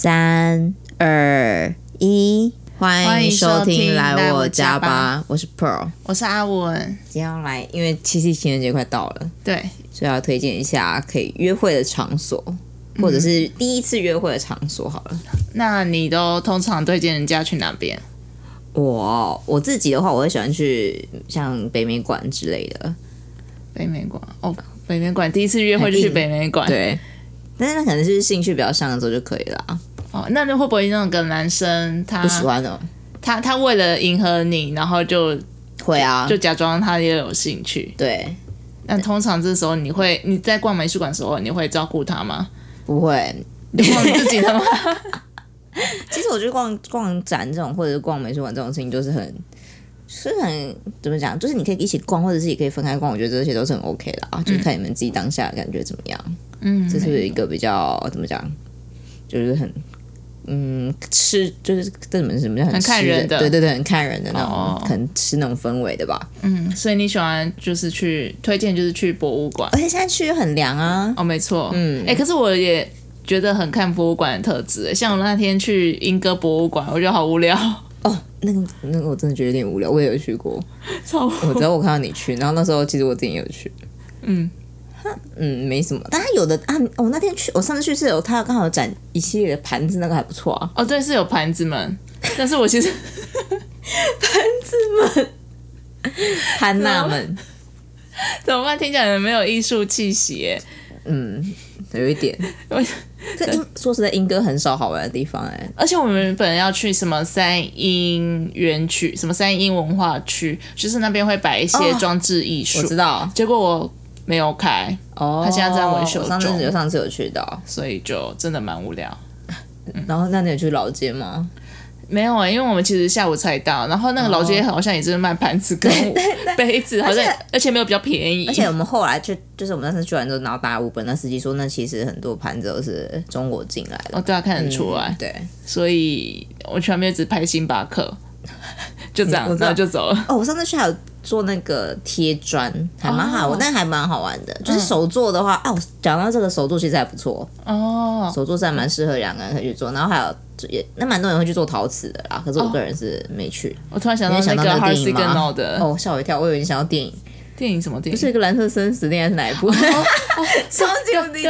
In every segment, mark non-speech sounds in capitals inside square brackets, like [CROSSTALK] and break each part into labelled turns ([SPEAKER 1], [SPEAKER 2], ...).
[SPEAKER 1] 三二一，欢
[SPEAKER 2] 欢
[SPEAKER 1] 迎
[SPEAKER 2] 迎
[SPEAKER 1] 收
[SPEAKER 2] 收
[SPEAKER 1] 听
[SPEAKER 2] 听
[SPEAKER 1] 来
[SPEAKER 2] 来
[SPEAKER 1] 我
[SPEAKER 2] 我
[SPEAKER 1] 家
[SPEAKER 2] 家
[SPEAKER 1] 吧
[SPEAKER 2] 吧，
[SPEAKER 1] 我是 Pearl。
[SPEAKER 2] 我是阿文，
[SPEAKER 1] 今天要来，因为七夕情人节快到了，
[SPEAKER 2] 对，
[SPEAKER 1] 所以要推荐一下可以约会的场所，或者是第一次约会的场所好了。
[SPEAKER 2] 那你都通常推荐人家去哪边？
[SPEAKER 1] 我我自己的话，我会喜欢去像北美馆之类的，
[SPEAKER 2] 北美馆哦，北美馆第一次约会就去
[SPEAKER 1] 很硬
[SPEAKER 2] 北美馆，
[SPEAKER 1] 哎对。但是那可能是兴趣比较像的时候就可以了啊，
[SPEAKER 2] 哦，那就会不会那个男生他
[SPEAKER 1] 不喜欢的
[SPEAKER 2] 他他为了迎合你，然后就
[SPEAKER 1] 会啊
[SPEAKER 2] 就，假装他也有兴趣？
[SPEAKER 1] 对，
[SPEAKER 2] 那通常这时候你会你在逛美术馆的时候，你会照顾他
[SPEAKER 1] [LAUGHS]
[SPEAKER 2] 吗？
[SPEAKER 1] 不会，
[SPEAKER 2] 你就逛自
[SPEAKER 1] [LAUGHS]
[SPEAKER 2] 己的吗？
[SPEAKER 1] 其实我觉得逛逛展这种，或者是逛美术馆这种事情，就是很是很怎么讲，就是你可以一起逛，或者是也可以分开逛。我觉得这些都是很 OK 的啊，就是看你们自己当下感觉怎么样。
[SPEAKER 2] 嗯，
[SPEAKER 1] 这是一个比较怎么讲，就是很嗯吃，就是这怎么怎么样，
[SPEAKER 2] 很看
[SPEAKER 1] 吃
[SPEAKER 2] 人的
[SPEAKER 1] 对对对，很看人的那
[SPEAKER 2] 哦
[SPEAKER 1] 种，很吃那种氛围的吧。
[SPEAKER 2] 嗯，所以你喜欢就是去推荐就是去博物馆
[SPEAKER 1] 而且现在去很凉啊，
[SPEAKER 2] 哦，没错，
[SPEAKER 1] 嗯
[SPEAKER 2] 哎、可是我也觉得很看博物馆的特质。欸像我那天去英歌博物馆，我觉得好无聊，
[SPEAKER 1] 哦，那个那个我真的觉得有点无聊，我也有去过。
[SPEAKER 2] 超无
[SPEAKER 1] [LAUGHS] 我知道我看到你去，然后那时候其实我自己也有去，
[SPEAKER 2] 嗯
[SPEAKER 1] 它，嗯，没什么。但它有的啊，我那天去，我上次去是有它刚好有展一系列的盘子，那个还不错啊。
[SPEAKER 2] 哦，对，是有盘子们，但是我其实 [LAUGHS]
[SPEAKER 1] 潘娜们，
[SPEAKER 2] 怎么办？听起来很没有艺术气息欸耶。
[SPEAKER 1] 嗯，有一点
[SPEAKER 2] [LAUGHS] 我。
[SPEAKER 1] 这英说实在，英歌很少好玩的地方哎、
[SPEAKER 2] 而且我们原本要去什么三英园区，什么三英文化区，就是那边会摆一些
[SPEAKER 1] 哦
[SPEAKER 2] 装置艺
[SPEAKER 1] 我
[SPEAKER 2] 术。
[SPEAKER 1] 知道
[SPEAKER 2] 结果我没有开，
[SPEAKER 1] 哦，
[SPEAKER 2] 它现在在维修
[SPEAKER 1] 我上次
[SPEAKER 2] 中
[SPEAKER 1] 有上次有去到，
[SPEAKER 2] 所以就真的蛮无聊。嗯
[SPEAKER 1] 然后那你有去老街吗？
[SPEAKER 2] 没有啊、因为我们其实下午才到，然后那个老街好像也就是卖盘子跟杯子，好像
[SPEAKER 1] 而
[SPEAKER 2] 而且没有比较便宜，
[SPEAKER 1] 而且我们后来去，就是我们那次去完之后，然后打五本，那司机说，那其实很多盘子都是中国进来的，嗯
[SPEAKER 2] 哦，对啊，看得出来，
[SPEAKER 1] 对。
[SPEAKER 2] 所以我去那边只拍星巴克， [LAUGHS] 就这样
[SPEAKER 1] 我，知道
[SPEAKER 2] 然后就走了。
[SPEAKER 1] 哦，我上次去还有做那个贴砖，还蛮好，
[SPEAKER 2] 哦嗯
[SPEAKER 1] 那还蛮好玩的。就是手做的话，哦、我讲到这个手做其实还不错，
[SPEAKER 2] 哦，
[SPEAKER 1] 手做是还蛮适合两个人可以去做。然后还有就也那蛮多人会去做陶瓷的啦，可
[SPEAKER 2] 哦
[SPEAKER 1] 是我个人是没去。
[SPEAKER 2] 我突然想
[SPEAKER 1] 你
[SPEAKER 2] 到
[SPEAKER 1] 有想
[SPEAKER 2] 那
[SPEAKER 1] 到
[SPEAKER 2] 个
[SPEAKER 1] 那
[SPEAKER 2] h a r
[SPEAKER 1] 个
[SPEAKER 2] d
[SPEAKER 1] 电
[SPEAKER 2] s
[SPEAKER 1] 影
[SPEAKER 2] i g n a
[SPEAKER 1] 吗
[SPEAKER 2] 的
[SPEAKER 1] 哦，吓我一跳，我以为你想到电影，哦
[SPEAKER 2] 电影，什么电
[SPEAKER 1] 是
[SPEAKER 2] 影？
[SPEAKER 1] 一个蓝色生死恋还是哪一
[SPEAKER 2] 哦
[SPEAKER 1] 部？ [LAUGHS] 超级无敌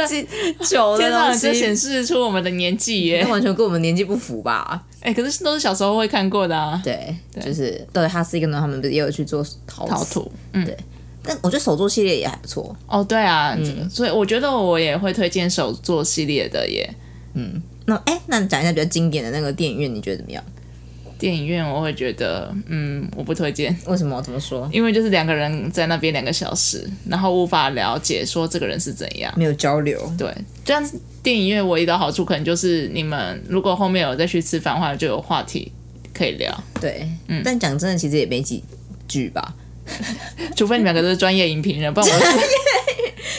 [SPEAKER 1] 久
[SPEAKER 2] 天
[SPEAKER 1] 的
[SPEAKER 2] 哪，
[SPEAKER 1] 东
[SPEAKER 2] 这显
[SPEAKER 1] 西，嗯
[SPEAKER 2] 示出我们的年纪
[SPEAKER 1] 那
[SPEAKER 2] 耶！
[SPEAKER 1] 完全跟我们年纪不符吧？
[SPEAKER 2] 哎，可是都是小时候会看过的啊，
[SPEAKER 1] 对，就是对，他是一个呢，他们不是也有去做陶瓷，
[SPEAKER 2] 陶土。嗯，
[SPEAKER 1] 但我觉得手作系列也还不错。
[SPEAKER 2] 哦，对啊，
[SPEAKER 1] 嗯
[SPEAKER 2] 所以我觉得我也会推荐手作系列的耶。
[SPEAKER 1] 那哎、那你讲一下比较经典的那个电影院，你觉得怎么样？
[SPEAKER 2] 电影院我会觉得，嗯，我不推荐。
[SPEAKER 1] 为什么？怎么说？
[SPEAKER 2] 因为就是两个人在那边两个小时，然后无法了解说这个人是怎样。
[SPEAKER 1] 没有交流。
[SPEAKER 2] 对，这样电影院唯一的好处可能就是你们如果后面有再去吃饭的话，就有话题可以聊，
[SPEAKER 1] 对，但讲真的，其实也没几句吧。
[SPEAKER 2] 除非你们两个都是专业影评人，不然我是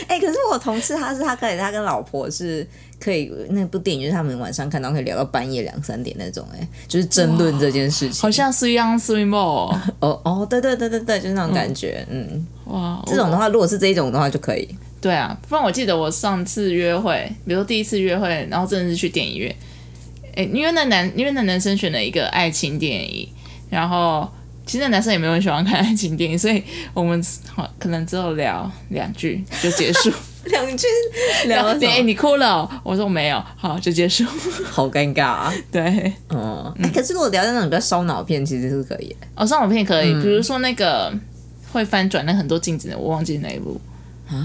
[SPEAKER 1] 哎、可是我同事他是他跟他跟老婆是可以那部电影，就是他们晚上看到可以聊到半夜两三点那种、哎，就是争论这件事情。
[SPEAKER 2] 好像 Three on Three More 哦
[SPEAKER 1] 哦哦，对对对对对，就是那种感觉。嗯，
[SPEAKER 2] 哇，
[SPEAKER 1] 这种的
[SPEAKER 2] 我
[SPEAKER 1] 话，如果是这一种的话就可以。
[SPEAKER 2] 对啊，不然我记得我上次约会，比如说第一次约会，然后真的是去电影院，诶，因为那男因为那男生选了一个爱情电影，然后其实那男生也没有很喜欢看爱情电影，所以我们好可能只有聊两句就结束。
[SPEAKER 1] 两句
[SPEAKER 2] 然后
[SPEAKER 1] [LAUGHS] 聊
[SPEAKER 2] 你诶
[SPEAKER 1] 点
[SPEAKER 2] 你哭了哦、我说没有，好就结束。 [LAUGHS]
[SPEAKER 1] 好尴尬啊。
[SPEAKER 2] 对，
[SPEAKER 1] 嗯，哎、可是如果聊到那种比较烧脑片，其实是可以、
[SPEAKER 2] 哦，上网片可
[SPEAKER 1] 嗯
[SPEAKER 2] 以，比如说那个会翻转那很多镜子的，我忘记哪一部。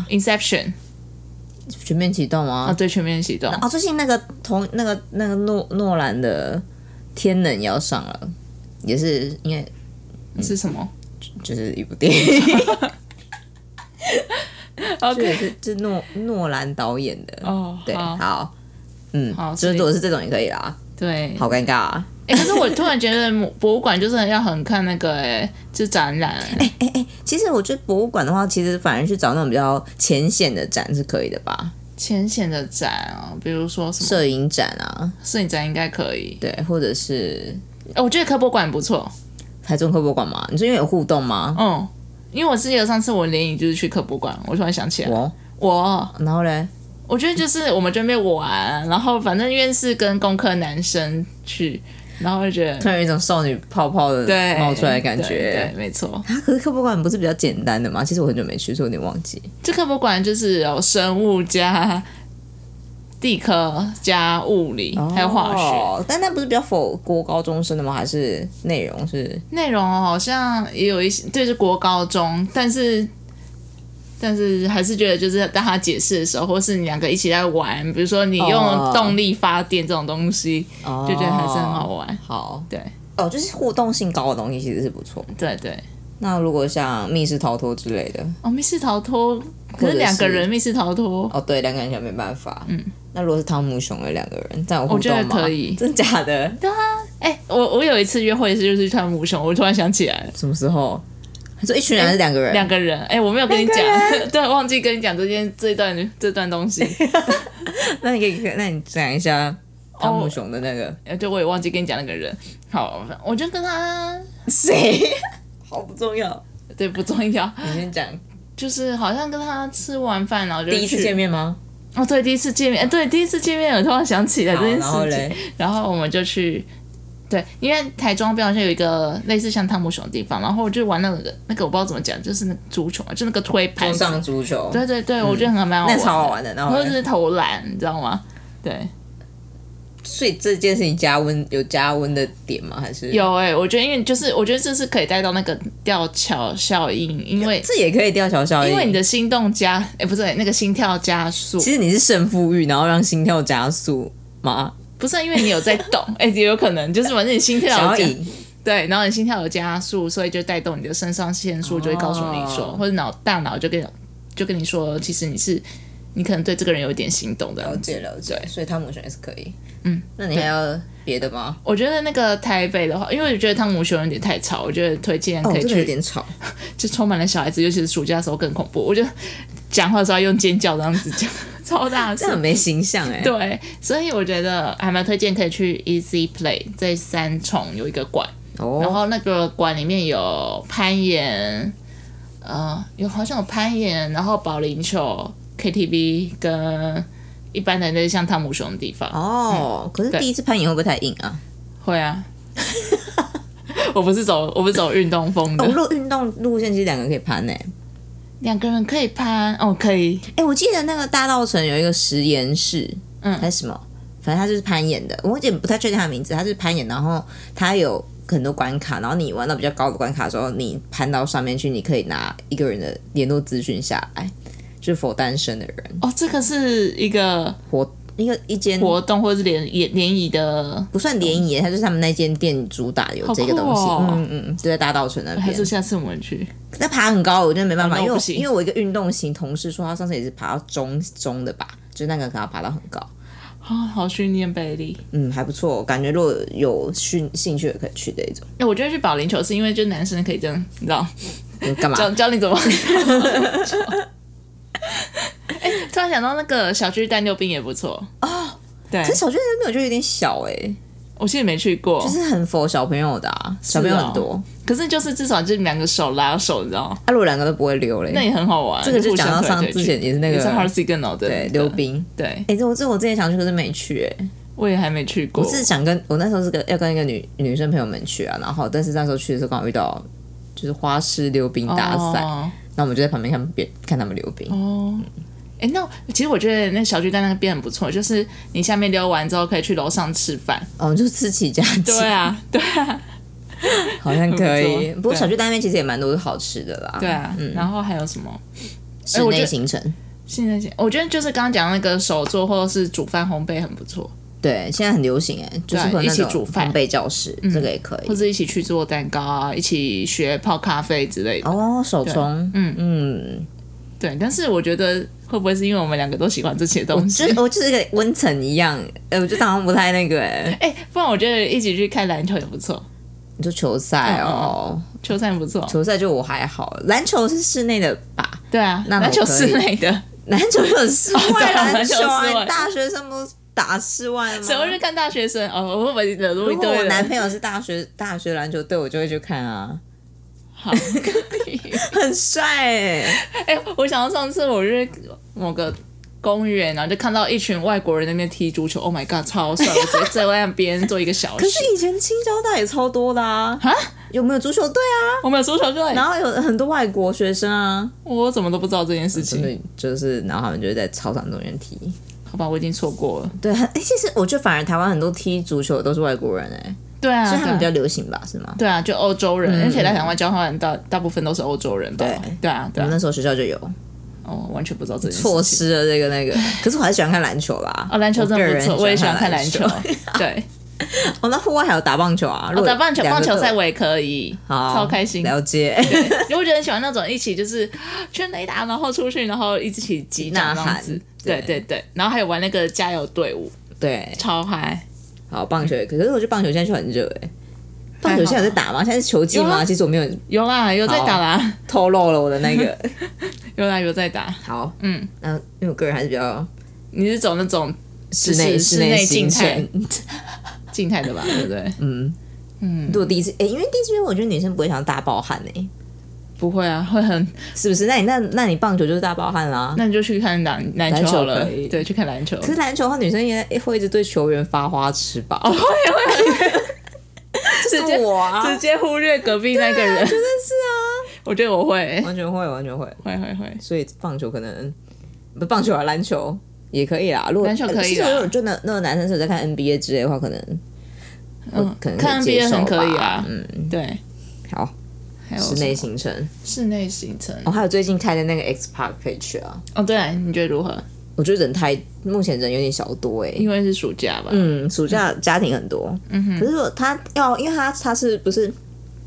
[SPEAKER 2] Inception
[SPEAKER 1] 全面启动啊
[SPEAKER 2] 啊，。对，全面启动。
[SPEAKER 1] 哦，最近那个同那个那个诺诺兰的《天能》也要上了，也是因为
[SPEAKER 2] 是什么
[SPEAKER 1] 就是一部电影，这也
[SPEAKER 2] 哦？OK，
[SPEAKER 1] [LAUGHS] 是是诺诺兰导演的。
[SPEAKER 2] 哦，
[SPEAKER 1] 对，
[SPEAKER 2] 好
[SPEAKER 1] 好，嗯，
[SPEAKER 2] 好
[SPEAKER 1] 就是
[SPEAKER 2] 所以
[SPEAKER 1] 如果是这种也可以啦，
[SPEAKER 2] 对。
[SPEAKER 1] 好尴尬啊！
[SPEAKER 2] 哎、可是我突然觉得博物馆就是要很看那个、诶就展览、
[SPEAKER 1] 哎其实我觉得博物馆的话，其实反而去找那种比较前线的展是可以的吧，
[SPEAKER 2] 浅显的展哦，比如说什么
[SPEAKER 1] 摄影展啊，
[SPEAKER 2] 摄影展应该可以。
[SPEAKER 1] 对，或者是
[SPEAKER 2] 哎、我觉得科博馆不错。
[SPEAKER 1] 台中科博馆嘛。你说因为有互动吗？
[SPEAKER 2] 嗯，啊因为我记得上次我联谊就是去科博馆，我突然想起来，
[SPEAKER 1] 我，
[SPEAKER 2] 我
[SPEAKER 1] 哦然后嘞，
[SPEAKER 2] 我觉得就是我们就被玩，然后反正因为是跟工科男生去，然后
[SPEAKER 1] [LAUGHS]
[SPEAKER 2] 就觉
[SPEAKER 1] 突
[SPEAKER 2] 得
[SPEAKER 1] 然有一种少女泡泡的
[SPEAKER 2] 对
[SPEAKER 1] 冒出来的感
[SPEAKER 2] 对
[SPEAKER 1] 觉
[SPEAKER 2] 对，。没错。
[SPEAKER 1] 啊，可是科博馆不是比较简单的吗？其实我很久没去，所以有点忘记。
[SPEAKER 2] 这科博馆就是有生物加地科加物理，还有化学。
[SPEAKER 1] 哦，但那不是比较否国高中生的吗？还是内容是
[SPEAKER 2] 内容好像也有一些，对，是国高中，但是但是还是觉得就是当他解释的时候，或是你两个一起在玩，比如说你
[SPEAKER 1] 哦
[SPEAKER 2] 用动力发电这种东西，
[SPEAKER 1] 哦
[SPEAKER 2] 就觉得还是很好玩。
[SPEAKER 1] 好
[SPEAKER 2] 对
[SPEAKER 1] 哦，就是互动性高的东西其实是不错。
[SPEAKER 2] 对对，
[SPEAKER 1] 那如果像密室逃脱之类的，
[SPEAKER 2] 哦，密室逃脱，可
[SPEAKER 1] 或者
[SPEAKER 2] 是
[SPEAKER 1] 是
[SPEAKER 2] 两个人密室逃脱，
[SPEAKER 1] 哦，对，两个人想没办法。嗯，那如果是汤姆熊的两个人，这样有互
[SPEAKER 2] 我觉
[SPEAKER 1] 动
[SPEAKER 2] 得
[SPEAKER 1] 吗？
[SPEAKER 2] 可
[SPEAKER 1] [LAUGHS]
[SPEAKER 2] 以
[SPEAKER 1] 真假的？
[SPEAKER 2] 哎、我我有一次约会是就是穿母熊，我突然想起来了，
[SPEAKER 1] 什么时候？你说一群人还是两个人？
[SPEAKER 2] 两个人，哎、我没有跟你讲， [LAUGHS] 对，忘记跟你讲这件这段这段东西，
[SPEAKER 1] [LAUGHS] 那你可以，那你讲一下汤姆熊的那个 [LAUGHS]
[SPEAKER 2] 呃就我也忘记跟你讲那个人。好，我就跟他，
[SPEAKER 1] 谁、 [LAUGHS] 好不重要，
[SPEAKER 2] 对，不重要，
[SPEAKER 1] 你先讲。
[SPEAKER 2] 就是好像跟他吃完饭，然后就
[SPEAKER 1] 第一次
[SPEAKER 2] 去
[SPEAKER 1] 见面吗？
[SPEAKER 2] 哦，对，第一次见面，哎对，第一次见面，我突然想起来这
[SPEAKER 1] 好
[SPEAKER 2] 件
[SPEAKER 1] 然后
[SPEAKER 2] 事情，
[SPEAKER 1] 嘞，
[SPEAKER 2] 然后我们就去，对，因为台中边好像有一个类似像汤姆熊的地方，然后我就玩那个那个我不知道怎么讲，就是那个足球嘛，就那个推盘
[SPEAKER 1] 桌
[SPEAKER 2] 子，
[SPEAKER 1] 上足球，
[SPEAKER 2] 对对对，我觉得很蛮好玩
[SPEAKER 1] 那
[SPEAKER 2] 的，
[SPEAKER 1] 超好玩的。然后
[SPEAKER 2] 或
[SPEAKER 1] 嘞
[SPEAKER 2] 者是投篮，你知道吗？对，
[SPEAKER 1] 所以这件事情加温有加温的点吗？还是？
[SPEAKER 2] 有哎、我觉得因为就是我觉得这是可以带到那个吊桥效应，因为
[SPEAKER 1] 这也可以吊桥效应，
[SPEAKER 2] 因为你的心动加哎、不是、那个心跳加速，
[SPEAKER 1] 其实你是胜负欲，然后让心跳加速吗？
[SPEAKER 2] 不是因为你有在动 [LAUGHS] 哎、也有可能就是反正你心
[SPEAKER 1] 想
[SPEAKER 2] 跳
[SPEAKER 1] 要
[SPEAKER 2] 有加
[SPEAKER 1] 赢，
[SPEAKER 2] 对，然后你心跳有加速，所以就带动你的肾上腺素就会告诉你说，
[SPEAKER 1] 哦
[SPEAKER 2] 或者脑大脑就跟你就跟你说，其实你是你可能对这个人有一点心动的
[SPEAKER 1] 了。解了解。所以汤姆熊也是可以。
[SPEAKER 2] 嗯，
[SPEAKER 1] 那你还要别的吗？
[SPEAKER 2] 我觉得那个台北的话，因为我觉得汤姆熊有点太吵，我觉得推荐可以
[SPEAKER 1] 哦这
[SPEAKER 2] 去
[SPEAKER 1] 个有点吵。
[SPEAKER 2] 就充满了小孩子，尤其是暑假的时候更恐怖。我就 [LAUGHS] 讲话的时候要用尖叫这样子讲， [LAUGHS] 超大
[SPEAKER 1] 这很
[SPEAKER 2] 声。
[SPEAKER 1] 没形象哎、
[SPEAKER 2] 对，所以我觉得还蛮推荐可以去 Easy Play 这三重有一个馆，然
[SPEAKER 1] 哦，
[SPEAKER 2] 后那个馆里面有攀岩，呃，有好像有攀岩，然后保龄球、KTV 跟一般的那些像汤姆熊的地方。
[SPEAKER 1] 哦，可是
[SPEAKER 2] 对
[SPEAKER 1] 第一次攀岩会不会太硬啊？
[SPEAKER 2] 会啊， [LAUGHS] 我不是走我不是走运动风
[SPEAKER 1] 哦，
[SPEAKER 2] 的，
[SPEAKER 1] 路运动路线其实两个可以攀哎、
[SPEAKER 2] [LAUGHS] 两个人可以攀哦，可以，
[SPEAKER 1] 哎、我记得那个大道城有一个食盐室，
[SPEAKER 2] 嗯
[SPEAKER 1] 还是什么，反正它就是攀岩的，我有点不太确定它的名字。它是攀岩，然后它有很多关卡，然后你玩到比较高的关卡的时候，你攀到上面去，你可以拿一个人的联络资讯下来，就是否单身的人
[SPEAKER 2] 哦，这个是一个
[SPEAKER 1] 活一个一间
[SPEAKER 2] 活动或者是联联联谊的，
[SPEAKER 1] 不算联谊，它就是他们那间店主打有这个东西，
[SPEAKER 2] 好酷哦
[SPEAKER 1] 嗯嗯嗯，就在大道城那
[SPEAKER 2] 还
[SPEAKER 1] 边
[SPEAKER 2] 是。下次我们去？
[SPEAKER 1] 那爬很高，我真的没办法，
[SPEAKER 2] 哦
[SPEAKER 1] 因
[SPEAKER 2] 那
[SPEAKER 1] 为
[SPEAKER 2] 我
[SPEAKER 1] 我
[SPEAKER 2] 不行
[SPEAKER 1] 因为我一个运动型同事说，他上次也是爬到中中的吧，就是那个可能要爬到很高。
[SPEAKER 2] 好啊好训练贝利。
[SPEAKER 1] 嗯，还不错，感觉如果有兴兴趣也可以去的一种。
[SPEAKER 2] 哎、我觉得去保龄球是因为就男生可以这样，你知道，
[SPEAKER 1] 就干嘛？
[SPEAKER 2] 教教你怎么玩保龄球。 [LAUGHS] 哎、突然想到那个小巨蛋溜冰也不错哦。对
[SPEAKER 1] 可，是小巨蛋那边我觉得有点小哎、欸，
[SPEAKER 2] 我其实没去过，
[SPEAKER 1] 就是很佛小朋友的哦啊，小朋友很多。
[SPEAKER 2] 可是就是至少就是两个手拉手，你知道，
[SPEAKER 1] 啊，如果两个都不会溜嘞，
[SPEAKER 2] 那也很好玩。
[SPEAKER 1] 这个就
[SPEAKER 2] 互
[SPEAKER 1] 讲
[SPEAKER 2] 相
[SPEAKER 1] 到
[SPEAKER 2] 推来
[SPEAKER 1] 上
[SPEAKER 2] 推去
[SPEAKER 1] 之前也是那
[SPEAKER 2] 也是 h a r
[SPEAKER 1] 个
[SPEAKER 2] s i g n a 的
[SPEAKER 1] 对
[SPEAKER 2] 那个
[SPEAKER 1] 溜。冰。
[SPEAKER 2] 对，
[SPEAKER 1] 哎、这我这我之前想去，可是没去哎、
[SPEAKER 2] 我也还没去过
[SPEAKER 1] 我。是想跟我那时候是跟要跟一个女女生朋友们去啊，然后但是那时候去的时候刚好遇到就是花式溜冰大赛，
[SPEAKER 2] 哦
[SPEAKER 1] 那、我们就在旁边看别看他们溜冰。
[SPEAKER 2] 哦，哎、那其实我觉得那小巨蛋那边很不错，就是你下面溜完之后可以去楼上吃
[SPEAKER 1] [LAUGHS]
[SPEAKER 2] 饭。
[SPEAKER 1] 哦，我们就吃起家鸡，
[SPEAKER 2] 对啊， [LAUGHS] 对啊，
[SPEAKER 1] [LAUGHS] 好像可以。
[SPEAKER 2] 很不错
[SPEAKER 1] 不过
[SPEAKER 2] 对
[SPEAKER 1] 小巨蛋那边其实也蛮多好吃的啦。
[SPEAKER 2] 对啊。然后还有什么？
[SPEAKER 1] 室
[SPEAKER 2] 我觉
[SPEAKER 1] 内
[SPEAKER 2] 得
[SPEAKER 1] 行程。
[SPEAKER 2] 现在我觉得就是刚刚讲那个手做或者是煮饭烘焙很不错，
[SPEAKER 1] 对，现在很流行哎，就是会有
[SPEAKER 2] 一
[SPEAKER 1] 那
[SPEAKER 2] 起
[SPEAKER 1] 种
[SPEAKER 2] 煮饭嗯
[SPEAKER 1] 烘焙教室，这个也可
[SPEAKER 2] 或
[SPEAKER 1] 以。
[SPEAKER 2] 者一起去做蛋糕啊，一起学泡咖啡之类的。
[SPEAKER 1] 哦，手冲，
[SPEAKER 2] 嗯
[SPEAKER 1] 嗯，
[SPEAKER 2] 对，但是我觉得会不会是因为我们两个都喜欢这些
[SPEAKER 1] 我
[SPEAKER 2] 东西
[SPEAKER 1] 就？是我就是个温层一样，哎，我觉得好像不太那个哎。
[SPEAKER 2] [LAUGHS] 哎、不然我觉得一起去看篮球也不错，
[SPEAKER 1] 你说球赛哦，
[SPEAKER 2] 球赛也不错。
[SPEAKER 1] 球赛就我还好，篮球是室内的吧？
[SPEAKER 2] 对啊，
[SPEAKER 1] 那我
[SPEAKER 2] 篮球
[SPEAKER 1] 可以
[SPEAKER 2] 室内的，
[SPEAKER 1] 篮球有室外
[SPEAKER 2] 哦对
[SPEAKER 1] 篮
[SPEAKER 2] 篮球
[SPEAKER 1] 球啊，
[SPEAKER 2] 室外
[SPEAKER 1] 你大学生不是打室外吗
[SPEAKER 2] 谁？会去看大学生？哦，我会不会惹怒一
[SPEAKER 1] 如果
[SPEAKER 2] 堆
[SPEAKER 1] 我
[SPEAKER 2] 人？
[SPEAKER 1] 男朋友是大学大学篮球队，我就会去看啊，
[SPEAKER 2] 好，可以。
[SPEAKER 1] 很帅哎。
[SPEAKER 2] 欸哎、我想到上次我就是某个公园，然后就看到一群外国人在那边踢足球，Oh my god，超帅！我直接在外边做一个小时。
[SPEAKER 1] 可是以前青交大也超多的啊，
[SPEAKER 2] 啊，
[SPEAKER 1] 有没有足球队啊？
[SPEAKER 2] 我没有足球队，
[SPEAKER 1] 然后有很多外国学生啊，
[SPEAKER 2] 我怎么都不知道这件事情
[SPEAKER 1] 所。以就是，然后他们就会在操场中间踢。
[SPEAKER 2] 好吧，我已经错过了。
[SPEAKER 1] 对，很、诶其实我觉得反而台湾很多踢足球的都是外国人哎、
[SPEAKER 2] 对啊，
[SPEAKER 1] 所以他们比
[SPEAKER 2] 对
[SPEAKER 1] 较
[SPEAKER 2] 啊
[SPEAKER 1] 流行吧，是吗？
[SPEAKER 2] 对啊，就欧洲人，而且来台湾交换大大部分都是欧洲人吧？
[SPEAKER 1] 嗯对
[SPEAKER 2] 对啊，
[SPEAKER 1] 我
[SPEAKER 2] 对
[SPEAKER 1] 们
[SPEAKER 2] 啊，
[SPEAKER 1] 那时候学校就有，
[SPEAKER 2] 哦，完全不知道这件事情。
[SPEAKER 1] 错失了这个那个。可是我还是喜欢看篮球啦，
[SPEAKER 2] 哦，篮球真
[SPEAKER 1] 个
[SPEAKER 2] 的
[SPEAKER 1] 人
[SPEAKER 2] 不错，
[SPEAKER 1] 很
[SPEAKER 2] 我也喜欢看篮
[SPEAKER 1] 篮
[SPEAKER 2] 球。对，
[SPEAKER 1] [LAUGHS] 哦，那户外还有打棒球啊，如
[SPEAKER 2] 我
[SPEAKER 1] 果
[SPEAKER 2] 打棒球，
[SPEAKER 1] 两
[SPEAKER 2] 棒
[SPEAKER 1] 个
[SPEAKER 2] 球
[SPEAKER 1] 都
[SPEAKER 2] 赛我也可以，
[SPEAKER 1] 好
[SPEAKER 2] 超开心。
[SPEAKER 1] 了解， [LAUGHS]
[SPEAKER 2] 因为我觉得很喜欢那种一起就是全雷达，然后出去，然后一起集
[SPEAKER 1] 呐
[SPEAKER 2] 掌这样子
[SPEAKER 1] 喊。
[SPEAKER 2] 对对对，然后还有玩那个加油队伍，
[SPEAKER 1] 对，
[SPEAKER 2] 超嗨。
[SPEAKER 1] 好棒球也可以，可是我觉得棒球现在就很热哎、棒球现在有在打吗？现在是球季
[SPEAKER 2] 有
[SPEAKER 1] 吗？
[SPEAKER 2] 啊
[SPEAKER 1] 其实我没有
[SPEAKER 2] 有啦，有在打啦，
[SPEAKER 1] 透露了我的那
[SPEAKER 2] [LAUGHS]
[SPEAKER 1] 个。
[SPEAKER 2] 有啦，有在打。
[SPEAKER 1] 好，
[SPEAKER 2] 嗯，
[SPEAKER 1] 那因为我个人还是比较
[SPEAKER 2] 你是走那种
[SPEAKER 1] 室内
[SPEAKER 2] 是室内
[SPEAKER 1] 行
[SPEAKER 2] 静态嗯
[SPEAKER 1] 程。
[SPEAKER 2] 静态
[SPEAKER 1] [LAUGHS]
[SPEAKER 2] 的吧？对不对？
[SPEAKER 1] 嗯
[SPEAKER 2] 嗯
[SPEAKER 1] 嗯，如果第一次，哎、因为第一次约会，我觉得女生不会想要大暴汗哎、
[SPEAKER 2] 不会啊，会很。
[SPEAKER 1] 是不是？那你那那你棒球就是大暴汗啦。
[SPEAKER 2] 那你就去看篮篮球好了
[SPEAKER 1] 篮球可以，
[SPEAKER 2] 对，去看篮球。
[SPEAKER 1] 可是篮球的话，女生也会一直对球员发花痴吧？哦，
[SPEAKER 2] 直
[SPEAKER 1] [LAUGHS] 是我啊，
[SPEAKER 2] 直接忽略隔壁那个人，真的是啊。 [LAUGHS] 我觉得我会，
[SPEAKER 1] 完全会，完全会。
[SPEAKER 2] 会会会。
[SPEAKER 1] 所以棒球可能不棒球啊，篮球也可以啦。如果呃
[SPEAKER 2] 篮球可以啦
[SPEAKER 1] 其实如果真的那个男生是有在看 NBA 之类的话，可能
[SPEAKER 2] 嗯，
[SPEAKER 1] 可能
[SPEAKER 2] 看
[SPEAKER 1] 以接
[SPEAKER 2] NBA
[SPEAKER 1] 受
[SPEAKER 2] 很可以
[SPEAKER 1] 吧
[SPEAKER 2] 啊。
[SPEAKER 1] 嗯，
[SPEAKER 2] 对，
[SPEAKER 1] 好，
[SPEAKER 2] 还有
[SPEAKER 1] 室
[SPEAKER 2] 什
[SPEAKER 1] 内
[SPEAKER 2] 么
[SPEAKER 1] 行程
[SPEAKER 2] 室内行程。
[SPEAKER 1] 哦，还有最近开的那个 X Park 可以去啊。
[SPEAKER 2] 哦，对，你觉得如何？
[SPEAKER 1] 我觉得人太目前人有点小多哎、
[SPEAKER 2] 因为是暑假吧？
[SPEAKER 1] 嗯，暑假家庭很多，嗯哼。可是如果他要，因为他他是不是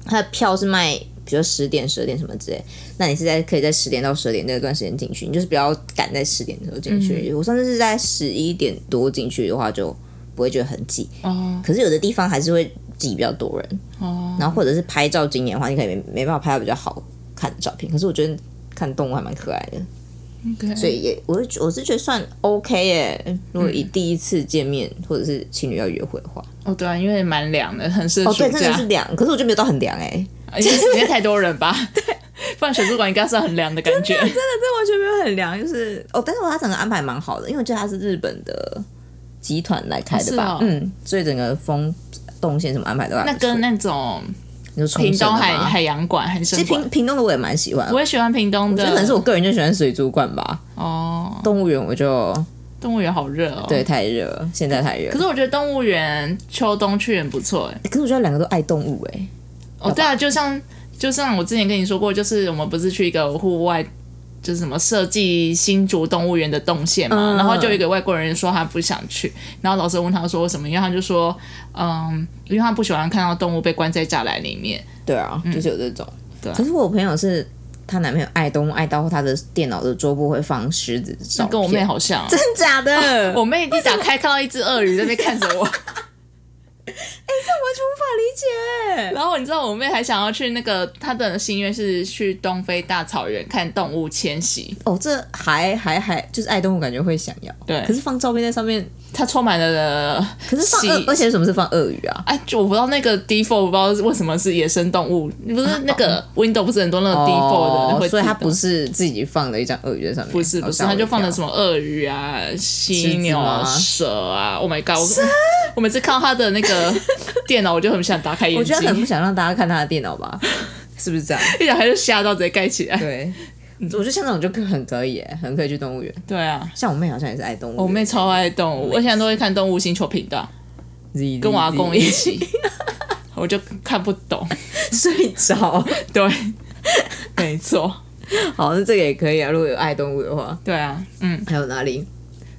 [SPEAKER 1] 他的票是卖，比如十点、十二点什么之类，那你是在可以在十点到十二点这段时间进去，你就是不要赶在十点的时候进去。我上次是在十一点多进去的话，就不会觉得很挤。
[SPEAKER 2] 哦
[SPEAKER 1] 可是有的地方还是会挤比较多人，
[SPEAKER 2] 哦，
[SPEAKER 1] 然后或者是拍照景点的话，你可以没没办法拍到比较好看的照片。可是我觉得看动物还蛮可爱的，所
[SPEAKER 2] 所
[SPEAKER 1] 以也我是我是觉得算 OK 耶、如果以
[SPEAKER 2] 嗯
[SPEAKER 1] 第一次见面、或者是情侣要约会的话。
[SPEAKER 2] 哦对啊，因为蛮凉的，很适合
[SPEAKER 1] 哦，
[SPEAKER 2] 暑
[SPEAKER 1] 对，真的
[SPEAKER 2] 假
[SPEAKER 1] 是，凉，可是我就没有到很凉哎、欸，
[SPEAKER 2] 因为时间太多人
[SPEAKER 1] [LAUGHS]
[SPEAKER 2] 吧。不然水族馆应该是很凉的感觉。
[SPEAKER 1] 完全没有很凉，就是哦，但是我他整个安排蛮好的，因为我记得他是日本的集团来开的吧，
[SPEAKER 2] 哦是哦
[SPEAKER 1] 嗯，所以整个风动线什么安排都还不
[SPEAKER 2] 那跟
[SPEAKER 1] 错
[SPEAKER 2] 那种
[SPEAKER 1] 你说
[SPEAKER 2] 屏
[SPEAKER 1] 冲绳
[SPEAKER 2] 东
[SPEAKER 1] 的
[SPEAKER 2] 海
[SPEAKER 1] 吗
[SPEAKER 2] 海洋馆、海
[SPEAKER 1] 其
[SPEAKER 2] 参
[SPEAKER 1] 实
[SPEAKER 2] 馆
[SPEAKER 1] 屏，屏东的我也蛮喜欢，
[SPEAKER 2] 我也喜欢屏东
[SPEAKER 1] 就
[SPEAKER 2] 的。
[SPEAKER 1] 可能是我个人就喜欢水族馆吧，
[SPEAKER 2] 哦，
[SPEAKER 1] 动物园我就
[SPEAKER 2] 动物园好热哦。
[SPEAKER 1] 对，太热了，现在太热，
[SPEAKER 2] 可是我觉得动物园秋冬去很不错哎。
[SPEAKER 1] 可是我觉得两个都爱动物哎、
[SPEAKER 2] 哦，对啊，就像就像我之前跟你说过，就是我们不是去一个户外，就是什么设计新竹动物园的动线嘛，
[SPEAKER 1] 嗯
[SPEAKER 2] 然后就有一个外国人说他不想去，然后老师问他说为什么，因为他就说，嗯，因为他不喜欢看到动物被关在栅栏里面。
[SPEAKER 1] 对啊，就是有这种。
[SPEAKER 2] 嗯对啊
[SPEAKER 1] 可是我朋友是她男朋友爱动物爱到她的电脑的桌布会放狮子照
[SPEAKER 2] 那
[SPEAKER 1] 片，
[SPEAKER 2] 跟我妹哦好像哦、
[SPEAKER 1] 真的假的？
[SPEAKER 2] [LAUGHS] 我妹一打开看到一只鳄鱼在那边看着我，
[SPEAKER 1] 我完全无法理解。
[SPEAKER 2] [LAUGHS] 然后你知道我妹还想要去那个，她的心愿是去东非大草原看动物迁徙，
[SPEAKER 1] 哦，这还还还就是爱动物，感觉会想要。
[SPEAKER 2] 对
[SPEAKER 1] 可是放照片在上面，
[SPEAKER 2] 她充满了
[SPEAKER 1] 可是放
[SPEAKER 2] 喜
[SPEAKER 1] 鳄，而且什么是放鳄鱼啊？
[SPEAKER 2] 哎，就我不知道那个 default 我不知道为什么是野生动物，不是那个 window 不是很多那个 default 的，
[SPEAKER 1] 哦，所
[SPEAKER 2] 会
[SPEAKER 1] 以
[SPEAKER 2] 自
[SPEAKER 1] 它
[SPEAKER 2] 动
[SPEAKER 1] 不是自己放的一张鳄鱼在上面，
[SPEAKER 2] 不是
[SPEAKER 1] 哦
[SPEAKER 2] 不是，
[SPEAKER 1] 吓我
[SPEAKER 2] 它就
[SPEAKER 1] 一跳
[SPEAKER 2] 放了什么鳄鱼啊、
[SPEAKER 1] 狮
[SPEAKER 2] 犀
[SPEAKER 1] 子
[SPEAKER 2] 牛啊、
[SPEAKER 1] 吗
[SPEAKER 2] 蛇啊，Oh my god！我 [LAUGHS] 我每次看到他的那
[SPEAKER 1] [LAUGHS]
[SPEAKER 2] 个电脑，我就很想打开眼
[SPEAKER 1] 我觉得他可能
[SPEAKER 2] 睛，
[SPEAKER 1] 不想让大家看他的电脑
[SPEAKER 2] [LAUGHS]
[SPEAKER 1] 吧，是不是这样？
[SPEAKER 2] 一打开就吓到，直接盖起
[SPEAKER 1] [LAUGHS]
[SPEAKER 2] 来。
[SPEAKER 1] 对，我觉得像这种就可很可以耶，很可以去动物园。
[SPEAKER 2] 对啊，
[SPEAKER 1] 像我妹好像也是爱动物，
[SPEAKER 2] 我妹超爱动物，我现在都会看动物星球频道，跟
[SPEAKER 1] 跟
[SPEAKER 2] 我阿公一起， [LAUGHS] 我就看不懂。
[SPEAKER 1] [LAUGHS] 睡着。
[SPEAKER 2] 对， [LAUGHS] 没错，
[SPEAKER 1] 好，那这个也可以啊，如果有爱动物的话，
[SPEAKER 2] 对啊，嗯。
[SPEAKER 1] 还有哪里？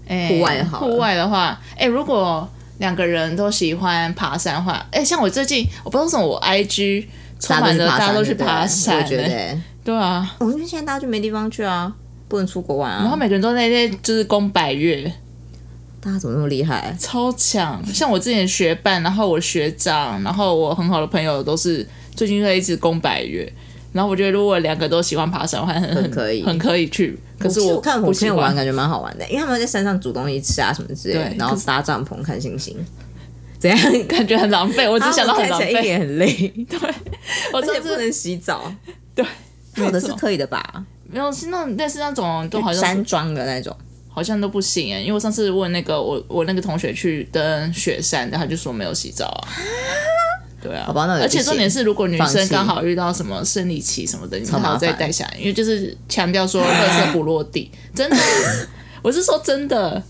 [SPEAKER 2] 哎
[SPEAKER 1] 户外好了
[SPEAKER 2] 户外的话，哎、如果两个人都喜欢爬山的话，哎、像我最近，我不知道为什么我 IG 充满了大家都去爬山、
[SPEAKER 1] 大家都去爬山对不对我觉得
[SPEAKER 2] 哎
[SPEAKER 1] 耶。
[SPEAKER 2] 对啊，
[SPEAKER 1] 哦，因为现在大家就没地方去啊，不能出国玩
[SPEAKER 2] 然
[SPEAKER 1] 啊
[SPEAKER 2] 后。每个人都在那就是攻百越，
[SPEAKER 1] 大家怎么那么厉害？
[SPEAKER 2] 超强。像我之前学伴，然后我学长，然后我很好的朋友都是最近在一直攻百越。然后我觉得，如果两个都喜欢爬山的话，很很
[SPEAKER 1] 可以
[SPEAKER 2] 很可以去。可是
[SPEAKER 1] 其实
[SPEAKER 2] 我
[SPEAKER 1] 我看
[SPEAKER 2] 不
[SPEAKER 1] 我朋
[SPEAKER 2] 喜
[SPEAKER 1] 友玩，
[SPEAKER 2] 欢，
[SPEAKER 1] 感觉蛮好玩的，因为他们在山上煮东西吃啊什么之类的
[SPEAKER 2] 对，
[SPEAKER 1] 然后
[SPEAKER 2] 可是
[SPEAKER 1] 搭帐篷看星星，怎样？
[SPEAKER 2] 感觉很浪费。我只想到很
[SPEAKER 1] 啊看
[SPEAKER 2] 浪
[SPEAKER 1] 起来一
[SPEAKER 2] 费。
[SPEAKER 1] 脸很累，
[SPEAKER 2] [LAUGHS] 我
[SPEAKER 1] 而且
[SPEAKER 2] 真
[SPEAKER 1] 不
[SPEAKER 2] 的是
[SPEAKER 1] 能洗澡。
[SPEAKER 2] 对，
[SPEAKER 1] 有的
[SPEAKER 2] 没
[SPEAKER 1] 是
[SPEAKER 2] 错
[SPEAKER 1] 可以的吧？
[SPEAKER 2] 没有是那种类似那种都好像是
[SPEAKER 1] 山庄的那种，
[SPEAKER 2] 好像都不行哎，因为我上次问那个我我那个同学去登雪山，他就说没有洗澡啊。对啊，
[SPEAKER 1] 好吧那我也
[SPEAKER 2] 而
[SPEAKER 1] 不信
[SPEAKER 2] 且重点是，如果女
[SPEAKER 1] 放
[SPEAKER 2] 生
[SPEAKER 1] 弃
[SPEAKER 2] 刚好遇到什么生理期什么的，你
[SPEAKER 1] 超
[SPEAKER 2] 最
[SPEAKER 1] 麻
[SPEAKER 2] 好
[SPEAKER 1] 烦
[SPEAKER 2] 再带下来，因为就是强调说垃圾不落
[SPEAKER 1] [LAUGHS]
[SPEAKER 2] 地，真的，我是说真的，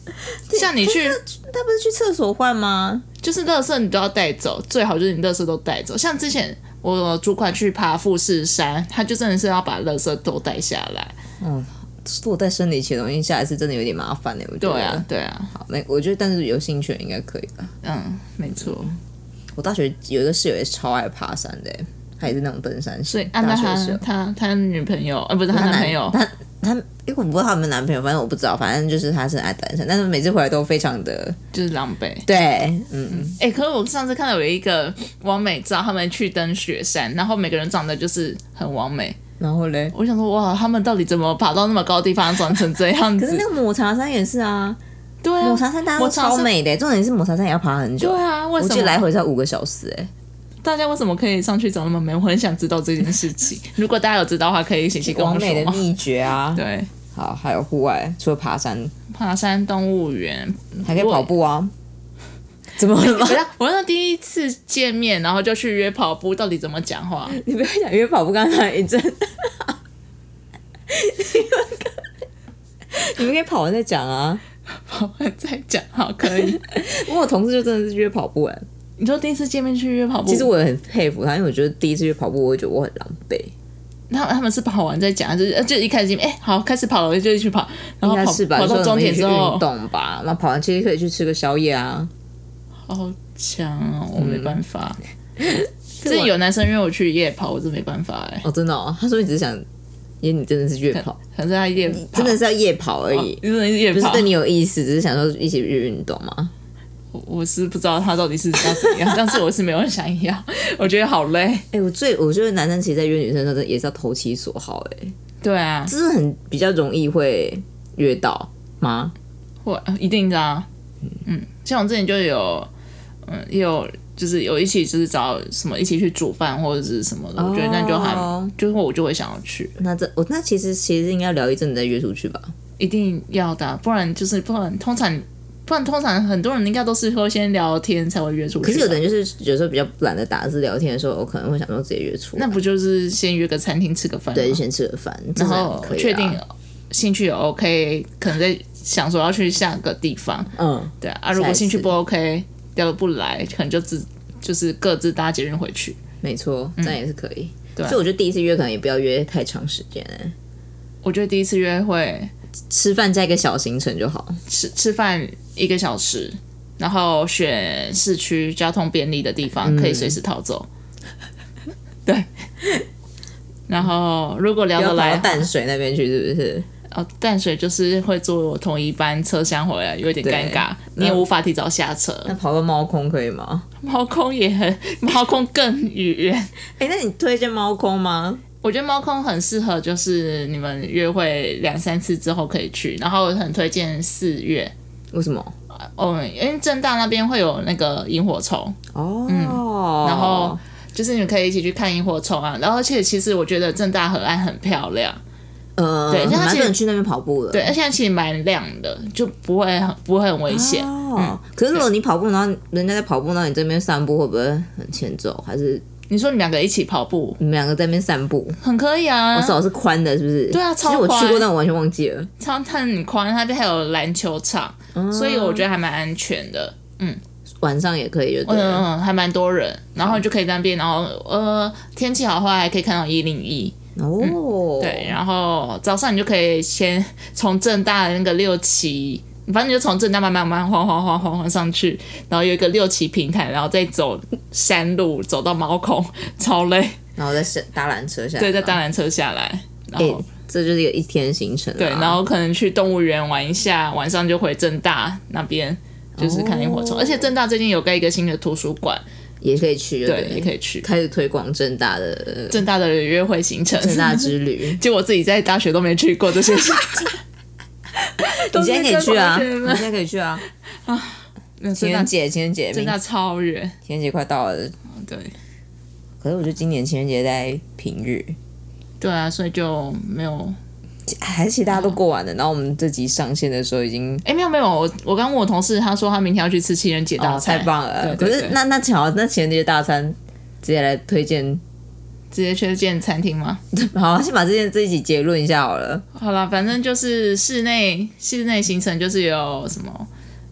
[SPEAKER 2] 像你去
[SPEAKER 1] 他不是去厕所换吗？
[SPEAKER 2] 就是垃圾你都要带走，最好就是你垃圾都带走。像之前我主管去爬富士山，他就真的是要把垃圾都带下来。
[SPEAKER 1] 我带生理期的东西下一次真的有点麻烦哎、我觉得。
[SPEAKER 2] 对啊，，对啊，
[SPEAKER 1] 好，没，我觉得但是有兴趣的应该可以吧。
[SPEAKER 2] 嗯，没错。
[SPEAKER 1] 我大学有一个室友也是超爱爬山的、欸，他也是那种登山
[SPEAKER 2] 所
[SPEAKER 1] 型
[SPEAKER 2] 以，按照
[SPEAKER 1] 大学
[SPEAKER 2] 他
[SPEAKER 1] 室友。
[SPEAKER 2] 他他女朋友，呃，不是他
[SPEAKER 1] 他
[SPEAKER 2] 男朋
[SPEAKER 1] 男
[SPEAKER 2] 友，
[SPEAKER 1] 他他，因为我不知道他有没有男朋友，反正我不知道，反正就是他是爱登山，但是每次回来都非常的
[SPEAKER 2] 就是狼狈。
[SPEAKER 1] 对，嗯，
[SPEAKER 2] 哎、可是我上次看到有一个完美照，他们去登雪山，然后每个人长得就是很完美。
[SPEAKER 1] 然后嘞，
[SPEAKER 2] 我想说，哇，他们到底怎么爬到那么高的地方，长成这样
[SPEAKER 1] 可是
[SPEAKER 2] 子
[SPEAKER 1] 那？个抹茶山也是啊，
[SPEAKER 2] 对啊
[SPEAKER 1] 抹，茶山大家都
[SPEAKER 2] 抹茶
[SPEAKER 1] 超
[SPEAKER 2] 山
[SPEAKER 1] 美的、重点是抹茶山也要爬很久，
[SPEAKER 2] 对啊，为
[SPEAKER 1] 我
[SPEAKER 2] 什
[SPEAKER 1] 记得
[SPEAKER 2] 么？
[SPEAKER 1] 来回才五个小时、哎，
[SPEAKER 2] 大家为什么可以上去找那么美？我很想知道这件事情。如果大家有知道的话，可以写信跟我
[SPEAKER 1] 完
[SPEAKER 2] 们
[SPEAKER 1] 美
[SPEAKER 2] 说
[SPEAKER 1] 的
[SPEAKER 2] 嘛。
[SPEAKER 1] 秘诀啊。
[SPEAKER 2] [LAUGHS] 对，
[SPEAKER 1] 好，还有户外，除了爬山，
[SPEAKER 2] 爬山动
[SPEAKER 1] [LAUGHS]
[SPEAKER 2] 物园，
[SPEAKER 1] 还可以
[SPEAKER 2] 我
[SPEAKER 1] 跑步啊。怎么了
[SPEAKER 2] 不
[SPEAKER 1] 吗？
[SPEAKER 2] 是我那第一次见面，然后就去约跑步，到底怎么讲话？ [LAUGHS]
[SPEAKER 1] 你不要讲，因为跑步刚才一 [LAUGHS] 阵，你们可以跑完再讲啊。
[SPEAKER 2] 跑完再讲，好，可以。
[SPEAKER 1] 我有同事就真的是约跑步哎、
[SPEAKER 2] 你说第一次见面去约跑步，
[SPEAKER 1] 其实我也很佩服他，因为我觉得第一次约跑步，我会觉得我很狼狈，
[SPEAKER 2] 他他们是跑完再讲，就是呃就一开始见面哎、好开始跑了，我就去跑，然
[SPEAKER 1] 应
[SPEAKER 2] 后
[SPEAKER 1] 该
[SPEAKER 2] 跑
[SPEAKER 1] 是吧？
[SPEAKER 2] 跑到
[SPEAKER 1] 说
[SPEAKER 2] 终点
[SPEAKER 1] 去运
[SPEAKER 2] 之后，
[SPEAKER 1] 动吧，然后跑完其实可以去吃个宵夜啊。
[SPEAKER 2] 好强哦，我没办法。
[SPEAKER 1] 嗯
[SPEAKER 2] 之前有男生约我去夜跑，我真没办法哎、
[SPEAKER 1] 哦，真的哦，他说你只是想，因为你真的是夜 [LAUGHS] 跑，
[SPEAKER 2] 可是他夜跑哦
[SPEAKER 1] 真的是要哦夜跑而已，
[SPEAKER 2] 真的是夜
[SPEAKER 1] 不是
[SPEAKER 2] 跑
[SPEAKER 1] 对，你有意思，只是想说一起去运动嘛。
[SPEAKER 2] 我我是不知道他到底是要
[SPEAKER 1] [LAUGHS]
[SPEAKER 2] 怎样，但是我是没有想要，我觉得好累。
[SPEAKER 1] 哎、我最我觉得男生其实在约女生的时候，真的也是要投其所好、哎，
[SPEAKER 2] 对啊，
[SPEAKER 1] 这是很比较容易会约到吗？
[SPEAKER 2] 或一定的啊，嗯，像我之前就有，嗯，也有就是有一起就是找什么一起去煮饭或者是什么的，我觉得那就还
[SPEAKER 1] 哦
[SPEAKER 2] 就是我就会想要去，
[SPEAKER 1] 那这我那其实其实应该聊一阵子再约出去吧。
[SPEAKER 2] 一定要的啊、不然就是不然通常不然通常很多人应该都是会先聊天才会约出去吧，
[SPEAKER 1] 可是有的人就是有时候比较懒得打字聊天的时候，我可能会想说直接约出来
[SPEAKER 2] 那不就是先约个餐厅吃个饭吗，
[SPEAKER 1] 对，就先吃个饭，
[SPEAKER 2] 然
[SPEAKER 1] 这
[SPEAKER 2] 后
[SPEAKER 1] 样可以啊
[SPEAKER 2] 确定兴趣有 OK，可能在想说要去下个地方，
[SPEAKER 1] 嗯，
[SPEAKER 2] 对啊，啊如
[SPEAKER 1] 下
[SPEAKER 2] 果
[SPEAKER 1] 一
[SPEAKER 2] 兴趣
[SPEAKER 1] 次
[SPEAKER 2] 不 OK，聊得不来，可能就自就是各自搭捷运回去。
[SPEAKER 1] 没错，这样也是可以。
[SPEAKER 2] 对啊
[SPEAKER 1] 所以我觉得第一次约可能也不要约太长时间、哎
[SPEAKER 2] 我觉得第一次约会
[SPEAKER 1] 吃饭加一个小行程就好。
[SPEAKER 2] 吃吃饭一个小时，然后选市区交通便利的地方，
[SPEAKER 1] 嗯
[SPEAKER 2] 可以随时逃走。 [LAUGHS] 对。然后如果聊
[SPEAKER 1] 不
[SPEAKER 2] 得
[SPEAKER 1] 要跑
[SPEAKER 2] 来
[SPEAKER 1] 到，淡水那边去，是不是？
[SPEAKER 2] 哦，淡水就是会坐同一班车厢回来，有点
[SPEAKER 1] 对嗯
[SPEAKER 2] 尴尬，你也无法提早下车。
[SPEAKER 1] 那跑到猫空可以吗？
[SPEAKER 2] 猫空也很， [LAUGHS] 猫空更远。
[SPEAKER 1] 哎、那你推荐猫空吗？
[SPEAKER 2] 我觉得猫空很适合，就是你们约会两三次之后可以去，然后我很推荐四月，
[SPEAKER 1] 为什么？
[SPEAKER 2] 哦，因为正大那边会有那个萤火虫，
[SPEAKER 1] 哦，然
[SPEAKER 2] 嗯然后就是你们可以一起去看萤火虫啊，然后而且其实我觉得正大河岸很漂亮，
[SPEAKER 1] 呃，
[SPEAKER 2] 对
[SPEAKER 1] 很
[SPEAKER 2] 像他
[SPEAKER 1] 蛮
[SPEAKER 2] 其
[SPEAKER 1] 多
[SPEAKER 2] 实
[SPEAKER 1] 人去那边跑步的。
[SPEAKER 2] 对，而且现在其实蛮亮的，就不会很不会很危险。
[SPEAKER 1] 哦，
[SPEAKER 2] 嗯
[SPEAKER 1] 可是如果你跑步，然后人家在跑步，然后你这边散步，会不会很欠揍？还是
[SPEAKER 2] 你说你们两个一起跑步，
[SPEAKER 1] 你们两个在那边散步，
[SPEAKER 2] 很可以啊
[SPEAKER 1] 我，手哦是宽的，是不是？
[SPEAKER 2] 对啊
[SPEAKER 1] 其实我
[SPEAKER 2] 超宽
[SPEAKER 1] 去过，但我完全忘记了。
[SPEAKER 2] 它它很宽，它那边还有篮球场，
[SPEAKER 1] 嗯
[SPEAKER 2] 所以我觉得还蛮安全的。
[SPEAKER 1] 晚上也可以，就对
[SPEAKER 2] 嗯
[SPEAKER 1] 了。
[SPEAKER 2] 嗯，还蛮多人，然后你就可以在那边，然后呃，天气好的话还可以看到一零一，
[SPEAKER 1] 哦，
[SPEAKER 2] 嗯对，然后早上你就可以先从正大的那个六期，反正你就从正大慢慢慢慢晃晃晃晃晃上去，然后有一个六期平台，然后再走山路走到猫孔，超累，
[SPEAKER 1] 然后再下搭缆车下来嘛。
[SPEAKER 2] 对，再搭缆车下来，然
[SPEAKER 1] 哎
[SPEAKER 2] 后、
[SPEAKER 1] 这就是一个一天行程啦。
[SPEAKER 2] 对，然后可能去动物园玩一下，晚上就回正大那边。就是看萤火虫
[SPEAKER 1] 哦
[SPEAKER 2] 而且正大最近有盖一个新的图书馆，
[SPEAKER 1] 也可以去，
[SPEAKER 2] 对，
[SPEAKER 1] 不
[SPEAKER 2] 也可以去
[SPEAKER 1] 开始推广正大
[SPEAKER 2] [LAUGHS]
[SPEAKER 1] 的
[SPEAKER 2] 正大的约会行程。
[SPEAKER 1] 正大之旅。
[SPEAKER 2] 结果自己在大学都没去过这些事
[SPEAKER 1] 你现在可以去啊，
[SPEAKER 2] 都是跟
[SPEAKER 1] 你
[SPEAKER 2] 同学
[SPEAKER 1] 现在可以去啊。
[SPEAKER 2] 们
[SPEAKER 1] 情
[SPEAKER 2] 正大
[SPEAKER 1] 人节，情人节，
[SPEAKER 2] 正
[SPEAKER 1] 明
[SPEAKER 2] 大超远，
[SPEAKER 1] 情人节快到了，
[SPEAKER 2] 对。
[SPEAKER 1] 可是我觉得今年情人节在平日，
[SPEAKER 2] 对啊，所以就没有
[SPEAKER 1] 还是其他都过完了，然后我们这集上线的时候已经
[SPEAKER 2] 哎，没有没有，我我刚问我同事，他说他明天要去吃情人节大
[SPEAKER 1] 哦，
[SPEAKER 2] 餐，
[SPEAKER 1] 太棒了！
[SPEAKER 2] 对对
[SPEAKER 1] 可
[SPEAKER 2] 对
[SPEAKER 1] 是那那巧，那情人节大餐直接来推荐，
[SPEAKER 2] 直接推荐餐厅吗？
[SPEAKER 1] 好，先把这件这一集结论一下好了。
[SPEAKER 2] 好啦，反正就是室内室内行程就是有什么，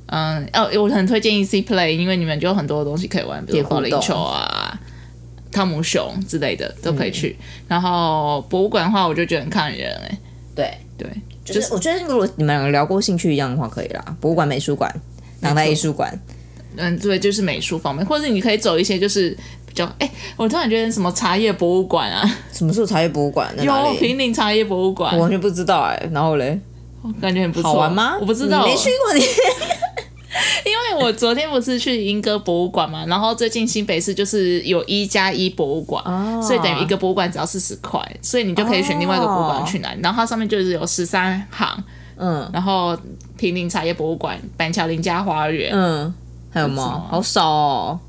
[SPEAKER 2] 嗯，哦，我很推荐 EC Play，因为你们就有很多东西可以玩，比
[SPEAKER 1] 也
[SPEAKER 2] 如
[SPEAKER 1] 互动嗯
[SPEAKER 2] 保龄球啊、汤姆熊之类的都可以去。然后博物馆的话，我就觉得很看人哎、
[SPEAKER 1] 对，
[SPEAKER 2] 对，
[SPEAKER 1] 就是、我觉得如果你们两个聊过兴趣一样的话，可以啦。博物馆、美术馆、当代艺术馆，
[SPEAKER 2] 嗯，对，就是美术方面，或者你可以走一些就是比较，哎、我突然觉得什么茶叶博物馆啊，
[SPEAKER 1] 什么时候才去博物馆？在哪
[SPEAKER 2] 有
[SPEAKER 1] 里？
[SPEAKER 2] 平顶茶叶博物馆
[SPEAKER 1] 我，完全不知道哎、然后嘞，
[SPEAKER 2] 感觉很不错，
[SPEAKER 1] 好玩吗？
[SPEAKER 2] 我不知道，
[SPEAKER 1] 你没去过你。
[SPEAKER 2] 因为我昨天不是去莺歌博物馆嘛，然后最近新北市就是有一加一博物馆，
[SPEAKER 1] 哦
[SPEAKER 2] 所以等于一个博物馆只要四十块，所以你就可以选另外一个博物馆去哪里。然后它上面就是有十三行，
[SPEAKER 1] [LAUGHS] 嗯
[SPEAKER 2] 然后平林茶叶博物馆、板桥林家花园，
[SPEAKER 1] 嗯，还有
[SPEAKER 2] 什么
[SPEAKER 1] 吗
[SPEAKER 2] 啊？
[SPEAKER 1] 好少哦。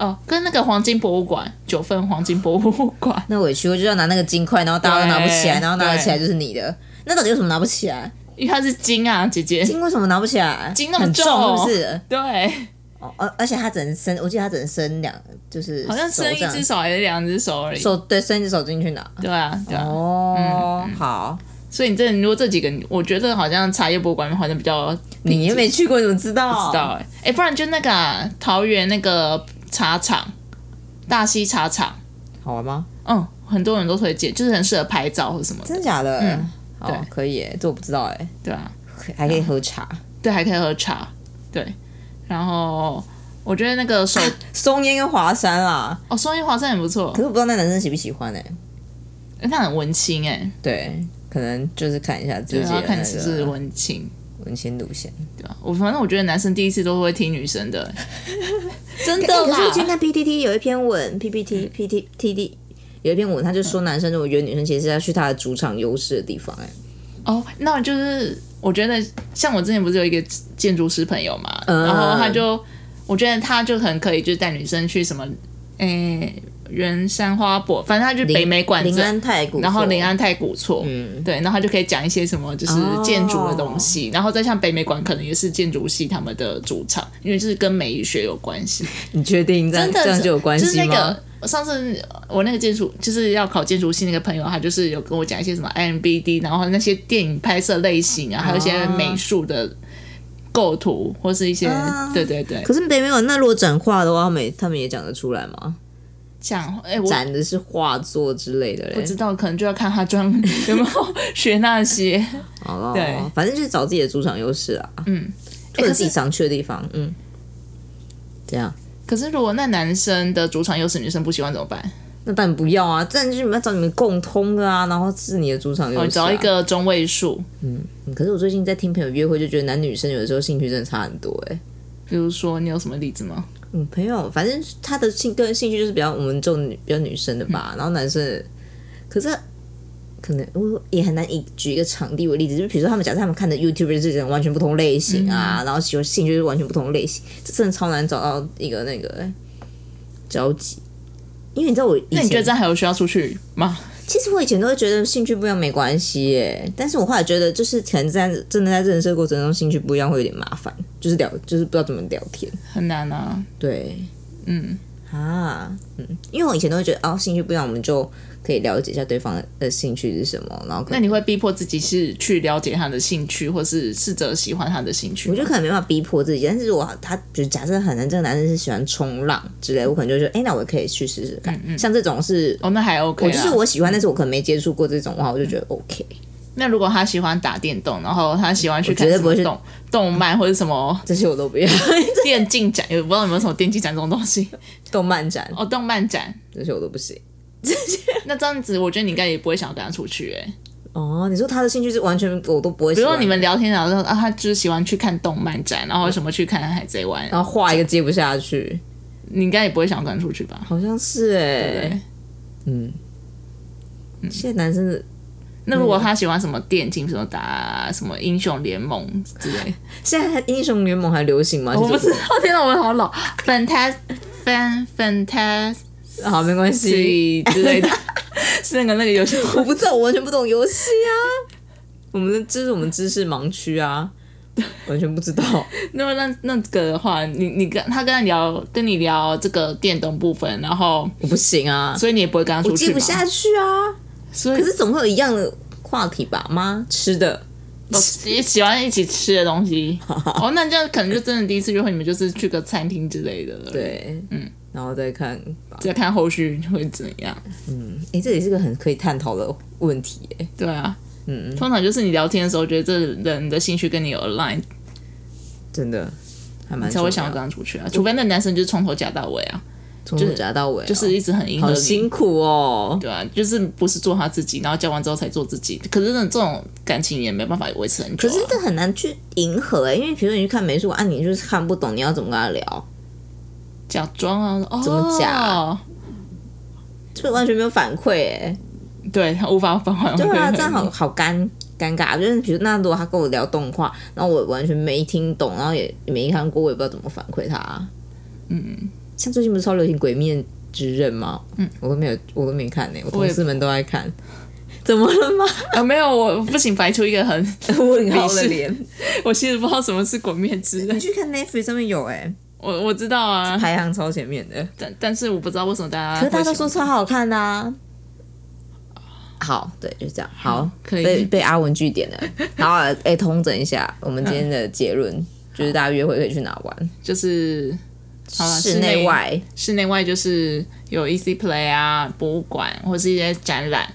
[SPEAKER 2] 哦，跟那个黄金博物馆、九份黄金博物馆，
[SPEAKER 1] 那委屈，我就要拿那个金块，然后大家都拿不起来，
[SPEAKER 2] 对
[SPEAKER 1] 然后拿得起来就是你的。那到底为什么拿不起来？
[SPEAKER 2] 因为它是金啊，姐
[SPEAKER 1] [LAUGHS]
[SPEAKER 2] 姐。
[SPEAKER 1] 金为什么拿不起来？
[SPEAKER 2] 金那么
[SPEAKER 1] 很重，
[SPEAKER 2] 重
[SPEAKER 1] 是不是？
[SPEAKER 2] 对，
[SPEAKER 1] 哦，而而且他只能伸，我记得他只能伸两，就是
[SPEAKER 2] 好像
[SPEAKER 1] 手
[SPEAKER 2] 伸一
[SPEAKER 1] 这样
[SPEAKER 2] 只手还是两只手而已。
[SPEAKER 1] 手对伸一只手进去拿。
[SPEAKER 2] 对啊，对啊。
[SPEAKER 1] 哦，
[SPEAKER 2] 嗯
[SPEAKER 1] 好，
[SPEAKER 2] 所以你这如果这几个，我觉得好像茶叶博物馆好像比较
[SPEAKER 1] 你也没去过，你怎么知道？
[SPEAKER 2] 知道哎、欸不然就那个啊、桃园那个茶厂，大溪茶厂，
[SPEAKER 1] 好玩吗？
[SPEAKER 2] 嗯，很多人都推荐，就是很适合拍照或什么的，
[SPEAKER 1] 真的假的？
[SPEAKER 2] 嗯
[SPEAKER 1] 好
[SPEAKER 2] 对，
[SPEAKER 1] 可以耶，这我不知道哎，
[SPEAKER 2] 对啊，
[SPEAKER 1] 可还可以喝茶。
[SPEAKER 2] 对，还可以喝茶，对，然后我觉得那
[SPEAKER 1] [COUGHS]
[SPEAKER 2] 个手、
[SPEAKER 1] 松烟跟华山啦，
[SPEAKER 2] 哦，双叶华山也不错
[SPEAKER 1] 可，是我不知道那男生喜不喜欢哎。
[SPEAKER 2] 欸那很文青哎、欸，
[SPEAKER 1] 对，可能就是看一下自
[SPEAKER 2] 对，
[SPEAKER 1] 己
[SPEAKER 2] 要
[SPEAKER 1] 的
[SPEAKER 2] 看你是不是
[SPEAKER 1] 那个
[SPEAKER 2] 文青，
[SPEAKER 1] 文青路线。
[SPEAKER 2] 对吧、我反正我觉得男生第一次都会听女生的、欸真的
[SPEAKER 1] 欸可是我今天
[SPEAKER 2] 啦，
[SPEAKER 1] 看
[SPEAKER 2] 嗯
[SPEAKER 1] PTT 有一篇文，PPT、PT、TD 有一篇文，他就说男生如果约女生，其实是要去他的主场优势的地方哎。
[SPEAKER 2] 哦，那我就是我觉得像我之前不是有一个建筑师朋友嘛，
[SPEAKER 1] 嗯
[SPEAKER 2] 然后他就我觉得他就很可以，就是带女生去什么，诶、圆山花博，反正他去北美馆
[SPEAKER 1] 临
[SPEAKER 2] 镇，
[SPEAKER 1] 安太古，
[SPEAKER 2] 然后临，安太古厝。
[SPEAKER 1] 嗯，哦
[SPEAKER 2] 对，然后他就可以讲一些什么，就是建筑的东西，然后再像北美馆可能也是建筑系他们的主场，因为就是跟美语学有关系，
[SPEAKER 1] 你确定这样
[SPEAKER 2] 真的
[SPEAKER 1] 这样就有关
[SPEAKER 2] 就是
[SPEAKER 1] 系
[SPEAKER 2] 那
[SPEAKER 1] 吗？
[SPEAKER 2] 个我上次我那个建筑就是要考建筑系那个朋友，他就是有跟我讲一些什么 MBD，然后那些电影拍摄类型啊，还有一
[SPEAKER 1] 哦
[SPEAKER 2] 些美术的构图或是一些、
[SPEAKER 1] 啊
[SPEAKER 2] 对对对，
[SPEAKER 1] 可是北美馆那如果展画的话，他们他们也讲得出来吗？
[SPEAKER 2] 讲哎、我
[SPEAKER 1] 展的是画作之类的
[SPEAKER 2] 不
[SPEAKER 1] 嘞。
[SPEAKER 2] 知道，可能就要看他专有没
[SPEAKER 1] [LAUGHS]
[SPEAKER 2] 有学那些。
[SPEAKER 1] 好了，
[SPEAKER 2] 对
[SPEAKER 1] 哦反正就是找自己的主场优势啊，
[SPEAKER 2] 嗯，
[SPEAKER 1] 或
[SPEAKER 2] 哎
[SPEAKER 1] 者
[SPEAKER 2] 可
[SPEAKER 1] 自己
[SPEAKER 2] 是
[SPEAKER 1] 常去的地方，嗯，这样。
[SPEAKER 2] 可是如果那男生的主场又是女生不喜欢怎么办？
[SPEAKER 1] 那当然不要啊！但是你们要找你们共通的啊，然后是你的主场优势、
[SPEAKER 2] 我
[SPEAKER 1] 啊。
[SPEAKER 2] 哦找一个中位数，
[SPEAKER 1] 嗯可是我最近在听朋友约会，就觉得男女生有的时候兴趣真的差很多哎、
[SPEAKER 2] 比如说你有什么例子吗？
[SPEAKER 1] 嗯，朋友，反正他的兴个人兴趣就是比较我们这种女比较女生的吧，然后男生的，可是可能我也很难以举一个场地为例子，就是比如说他们假设他们看的 YouTube 是这种完全不同类型啊，然后喜欢兴趣就是完全不同类型，这真的超难找到一个那个、欸交集。因为你知道我以前，
[SPEAKER 2] 那你觉得这样还有需要出去吗？
[SPEAKER 1] 其实我以前都会觉得兴趣不一样没关系耶，但是我后来觉得就是可能在真的在认识的过程中，兴趣不一样会有点麻烦，就是聊就是不知道怎么聊天。
[SPEAKER 2] 很难啊，
[SPEAKER 1] 对
[SPEAKER 2] 嗯，
[SPEAKER 1] 啊，嗯，因为我以前都会觉得哦，兴趣不一样，我们就可以了解一下对方的呃兴趣是什么，然后可
[SPEAKER 2] 那
[SPEAKER 1] 能
[SPEAKER 2] 你会逼迫自己是去了解他的兴趣，或是试着喜欢他的兴趣
[SPEAKER 1] 我
[SPEAKER 2] 吗？
[SPEAKER 1] 觉得可能没办法逼迫自己，但是如果他比如假设很难，这个男生是喜欢冲浪之类，我可能就会觉得哎、那我也可以去试试看。像这种是。
[SPEAKER 2] 哦，那还 OK
[SPEAKER 1] 我
[SPEAKER 2] 啦。
[SPEAKER 1] 就是我喜欢，但是我可能没接触过这种的话，我就觉得 OK。
[SPEAKER 2] 那如果他喜欢打电动，然后他喜欢去看
[SPEAKER 1] 我绝对
[SPEAKER 2] 什
[SPEAKER 1] 不
[SPEAKER 2] 么
[SPEAKER 1] 会去
[SPEAKER 2] 动动漫或者
[SPEAKER 1] [LAUGHS]
[SPEAKER 2] 什么
[SPEAKER 1] 这些我都不要。
[SPEAKER 2] 电竞展，也不知道有没有什么电竞展这种东西
[SPEAKER 1] 动漫展
[SPEAKER 2] 哦，动漫展。
[SPEAKER 1] 这些我都不行。
[SPEAKER 2] 那这样子，我觉得你应该也不会想要跟他出去哎、
[SPEAKER 1] 哦，你说他的兴趣是完全我都不会喜
[SPEAKER 2] 比如
[SPEAKER 1] 欢的，
[SPEAKER 2] 说你们聊天聊到啊，他就是喜欢去看动漫展，然后什么去看海贼王，
[SPEAKER 1] 然后画一个接不下去，
[SPEAKER 2] 你应该也不会想要跟他出去吧？
[SPEAKER 1] 好像是哎、
[SPEAKER 2] 对不对？
[SPEAKER 1] 嗯，现在男生的
[SPEAKER 2] 那如果
[SPEAKER 1] 嗯
[SPEAKER 2] 他喜欢什么电竞，什么打什么英雄联盟之类，
[SPEAKER 1] 现在英雄联盟还流行吗？
[SPEAKER 2] 我不
[SPEAKER 1] 其实
[SPEAKER 2] 知道， [LAUGHS] 天哪，我好老，fantas fan fantas。
[SPEAKER 1] 我好没关系，
[SPEAKER 2] [LAUGHS] 之类的，是那个那个游戏。
[SPEAKER 1] 我不知道，我完全不懂游戏啊。我们的这是我们知识盲区啊，完全不知道。
[SPEAKER 2] [LAUGHS] 那么那那个的话，你你跟他跟他聊，跟你聊这个电动部分，然后
[SPEAKER 1] 我不行啊，
[SPEAKER 2] 所以你也不会跟他出
[SPEAKER 1] 我
[SPEAKER 2] 去
[SPEAKER 1] 接
[SPEAKER 2] 嘛
[SPEAKER 1] 不下去啊。
[SPEAKER 2] 所以
[SPEAKER 1] 可是总会有一样的话题吧？妈，吃的
[SPEAKER 2] 也哦喜欢一起吃的东 [LAUGHS] 西。哦，那这样可能就真的第一次约会，你们就是去个餐厅之类的了。，
[SPEAKER 1] 对，嗯，然后再看吧。
[SPEAKER 2] 再看后续会怎样。
[SPEAKER 1] 哎、这也是个很可以探讨的问题、诶
[SPEAKER 2] 对啊，嗯，通常就是你聊天的时候，觉得这人的兴趣跟你有 align，
[SPEAKER 1] 真的还蛮
[SPEAKER 2] 才会
[SPEAKER 1] 重
[SPEAKER 2] 想
[SPEAKER 1] 要
[SPEAKER 2] 要跟他出去啊。除非那男生就是从头夹到尾啊，
[SPEAKER 1] 从头夹到尾哦、
[SPEAKER 2] 就是一直很迎合
[SPEAKER 1] 好
[SPEAKER 2] 你。
[SPEAKER 1] 辛苦哦。
[SPEAKER 2] 对啊，就是不是做他自己，然后交完之后才做自己。可是那种感情也没办法维持很久、
[SPEAKER 1] 可
[SPEAKER 2] 啊。
[SPEAKER 1] 是这很难去迎合哎、因为比如说你去看美术馆，啊，你就是看不懂，你要怎么跟他聊？
[SPEAKER 2] 假装啊，哦、
[SPEAKER 1] 怎么假啊？这完全没有反馈哎、
[SPEAKER 2] 对他无法返还。
[SPEAKER 1] 对啊，这样好好尴尴尬。就是比如那如果他跟我聊动画，然后我完全没听懂，然后也也没看过，我也不知道怎么反馈他、嗯，像最近不是超流行《鬼面之刃》吗？嗯，我都没有，我都没看呢、我
[SPEAKER 2] 我
[SPEAKER 1] 同
[SPEAKER 2] 也
[SPEAKER 1] 事们都在看。 [LAUGHS] 怎么了 [LAUGHS] 吗？
[SPEAKER 2] 啊，没有，我不行，摆出一个很 [LAUGHS]
[SPEAKER 1] 问
[SPEAKER 2] 号
[SPEAKER 1] 号的
[SPEAKER 2] 的脸
[SPEAKER 1] 脸，
[SPEAKER 2] 我其实不知道什么是鬼灭之刃
[SPEAKER 1] 你，去看 Netflix 上面有哎、
[SPEAKER 2] 我我知道啊，
[SPEAKER 1] 排行超前面的。
[SPEAKER 2] 但但是我不知道为什么大家
[SPEAKER 1] 可是大家都
[SPEAKER 2] 会喜
[SPEAKER 1] 说
[SPEAKER 2] 欢
[SPEAKER 1] 超好看的、啊。好，对，就这样。好，
[SPEAKER 2] 可以
[SPEAKER 1] 被被阿文据点了。 [LAUGHS] 好，哎、欸，通整一下我们今天的结论，就是大家约会可以去哪玩？
[SPEAKER 2] 就是好啦
[SPEAKER 1] 啊室内外，
[SPEAKER 2] 室内外就是有 EC Play 啊，博物馆或是一些展览，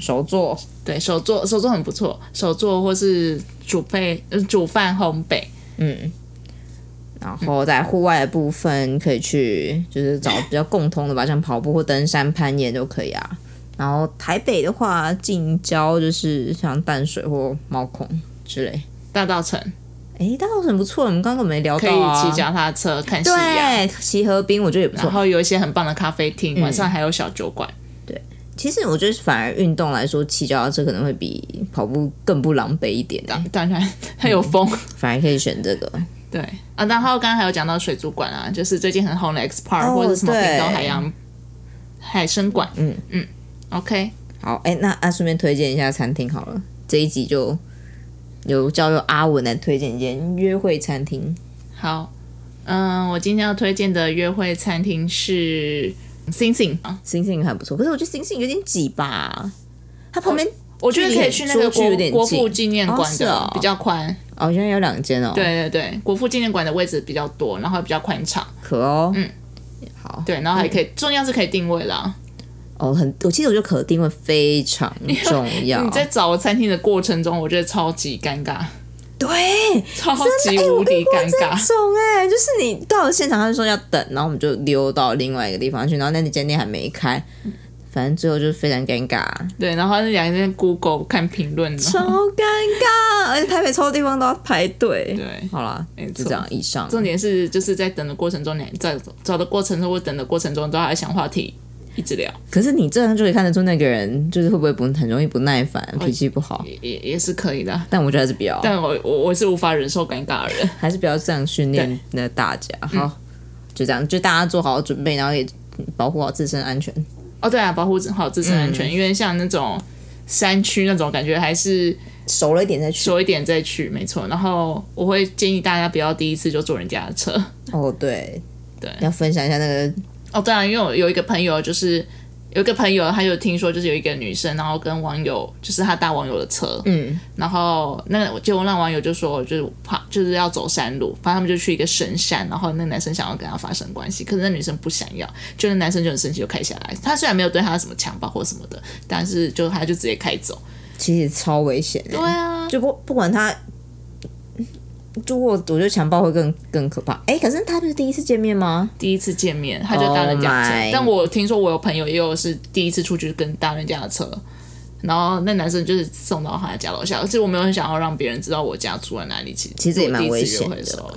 [SPEAKER 1] 手作，
[SPEAKER 2] 对手作手作很不错，手作或是煮备呃煮饭烘焙，
[SPEAKER 1] 嗯。然后在户外的部分，可以去就是找比较共通的吧，像跑步或登山、攀岩都可以啊。然后台北的话，近郊就是像淡水或猫空之类。
[SPEAKER 2] 大道城
[SPEAKER 1] 哎，大稻埕不错，我们刚刚没聊
[SPEAKER 2] 可
[SPEAKER 1] 到
[SPEAKER 2] 以
[SPEAKER 1] 啊。
[SPEAKER 2] 骑脚踏车看夕阳，
[SPEAKER 1] 对，骑河滨我觉得也不
[SPEAKER 2] 然
[SPEAKER 1] 错。嗯
[SPEAKER 2] 后有一些很棒的咖啡厅，晚上还有小酒馆。
[SPEAKER 1] 其实我觉得反而运动来说，骑脚踏车可能会比跑步更不狼狈一点的，
[SPEAKER 2] 当然，它
[SPEAKER 1] 嗯
[SPEAKER 2] 有风，
[SPEAKER 1] 反而可以选这个。
[SPEAKER 2] 对啊，然后刚刚还有讲到水族馆啊，就是最近很红的 X Park、
[SPEAKER 1] 哦
[SPEAKER 2] 或者什么
[SPEAKER 1] 对
[SPEAKER 2] 屏东海洋海参馆。
[SPEAKER 1] 嗯
[SPEAKER 2] 嗯，OK，
[SPEAKER 1] 好，哎、那啊，顺便推荐一下餐厅好了，这一集就由交由阿文来推荐一间约会餐厅。
[SPEAKER 2] 好，嗯，我今天要推荐的约会餐厅是星星啊，
[SPEAKER 1] 星星还不错，可是我觉得星星有点挤吧，它旁边
[SPEAKER 2] 我觉得可以去那个
[SPEAKER 1] 距离很出去有点
[SPEAKER 2] 国国
[SPEAKER 1] 近
[SPEAKER 2] 父纪念馆的、
[SPEAKER 1] 哦是哦
[SPEAKER 2] 比较宽，
[SPEAKER 1] 哦，原来有两间哦，，
[SPEAKER 2] 对对对，国父纪念馆的位置比较多，然后比较宽敞，
[SPEAKER 1] 可哦，
[SPEAKER 2] 嗯，
[SPEAKER 1] 好，
[SPEAKER 2] 对，然后还可以、重要是可以定位啦。
[SPEAKER 1] 哦，很，我记得我觉得可定位非常重要，
[SPEAKER 2] [LAUGHS] 你在找餐厅的过程中，我觉得超级尴 [LAUGHS] 尬，
[SPEAKER 1] 对，
[SPEAKER 2] 超
[SPEAKER 1] 真
[SPEAKER 2] 级
[SPEAKER 1] 的哎
[SPEAKER 2] 无敌尴
[SPEAKER 1] 这
[SPEAKER 2] 尬。
[SPEAKER 1] 种哎、就是你到了现场，他就说要等，然后我们就溜到另外一个地方去，然后那间店还没开，反正最后就是非常尴尬，
[SPEAKER 2] 对，然后那两个人在 Google 看评论，然后
[SPEAKER 1] 超尴尬， [LAUGHS] 而且台北超多地方都要排队。
[SPEAKER 2] 对，
[SPEAKER 1] 好啦
[SPEAKER 2] 没，错
[SPEAKER 1] 就这样，以上。
[SPEAKER 2] 重点是就是在等的过程中，你在找的过程中或等的过程中，都还想话题一直聊，
[SPEAKER 1] 可是你这样就可以看得出那个人就是会不会不很容易不耐烦，脾气不好。
[SPEAKER 2] 哦也也也是可以的。
[SPEAKER 1] 但我觉得还是不要，
[SPEAKER 2] 但我我我是无法忍受尴尬的人，
[SPEAKER 1] 还是不要这样训练那大家。
[SPEAKER 2] 嗯
[SPEAKER 1] 好，就这样，就大家做好准备，然后也保护好自身安全。
[SPEAKER 2] 哦，对啊，保护好自身安全，因为像那种山区那种感觉，还是
[SPEAKER 1] 熟了一点再去。
[SPEAKER 2] 熟一点再去，没错。然后我会建议大家不要第一次就坐人家的车。
[SPEAKER 1] 哦，对
[SPEAKER 2] 对
[SPEAKER 1] 要分享一下那个
[SPEAKER 2] [LAUGHS] 哦，对啊，因为我有一个朋友就是。有一个朋友，他有听说，就是有一个女生，然后跟网友，就是他搭网友的车，
[SPEAKER 1] 嗯。
[SPEAKER 2] 然后那个就那网友就说，就是怕就是要走山路，反正他们就去一个深山，然后那个男生想要跟她发生关系，可是那女生不想要，就那男生就很生气，就开下来。他虽然没有对她什么强暴或什么的，但是就他就直接开走。
[SPEAKER 1] 其实超危险的、
[SPEAKER 2] 对啊，
[SPEAKER 1] 就不不管他，就我我觉得强暴会更更可怕。哎、可是他不是第一次见面吗？
[SPEAKER 2] 第一次见面他就搭人家的车
[SPEAKER 1] Oh my
[SPEAKER 2] 但我听说我有朋友也有是第一次出去跟搭人家的车。然后那男生就是送到他家楼下，而且我没有很想要让别人知道我家住在哪里。其实
[SPEAKER 1] 其实也蛮
[SPEAKER 2] 我第一
[SPEAKER 1] 危
[SPEAKER 2] 次约
[SPEAKER 1] 险
[SPEAKER 2] 会的
[SPEAKER 1] 的
[SPEAKER 2] 时候。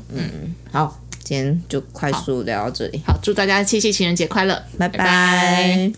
[SPEAKER 1] 好，今天就快速聊到这里，
[SPEAKER 2] 好，祝大家七夕情人节快乐，
[SPEAKER 1] 拜
[SPEAKER 2] 拜拜
[SPEAKER 1] 拜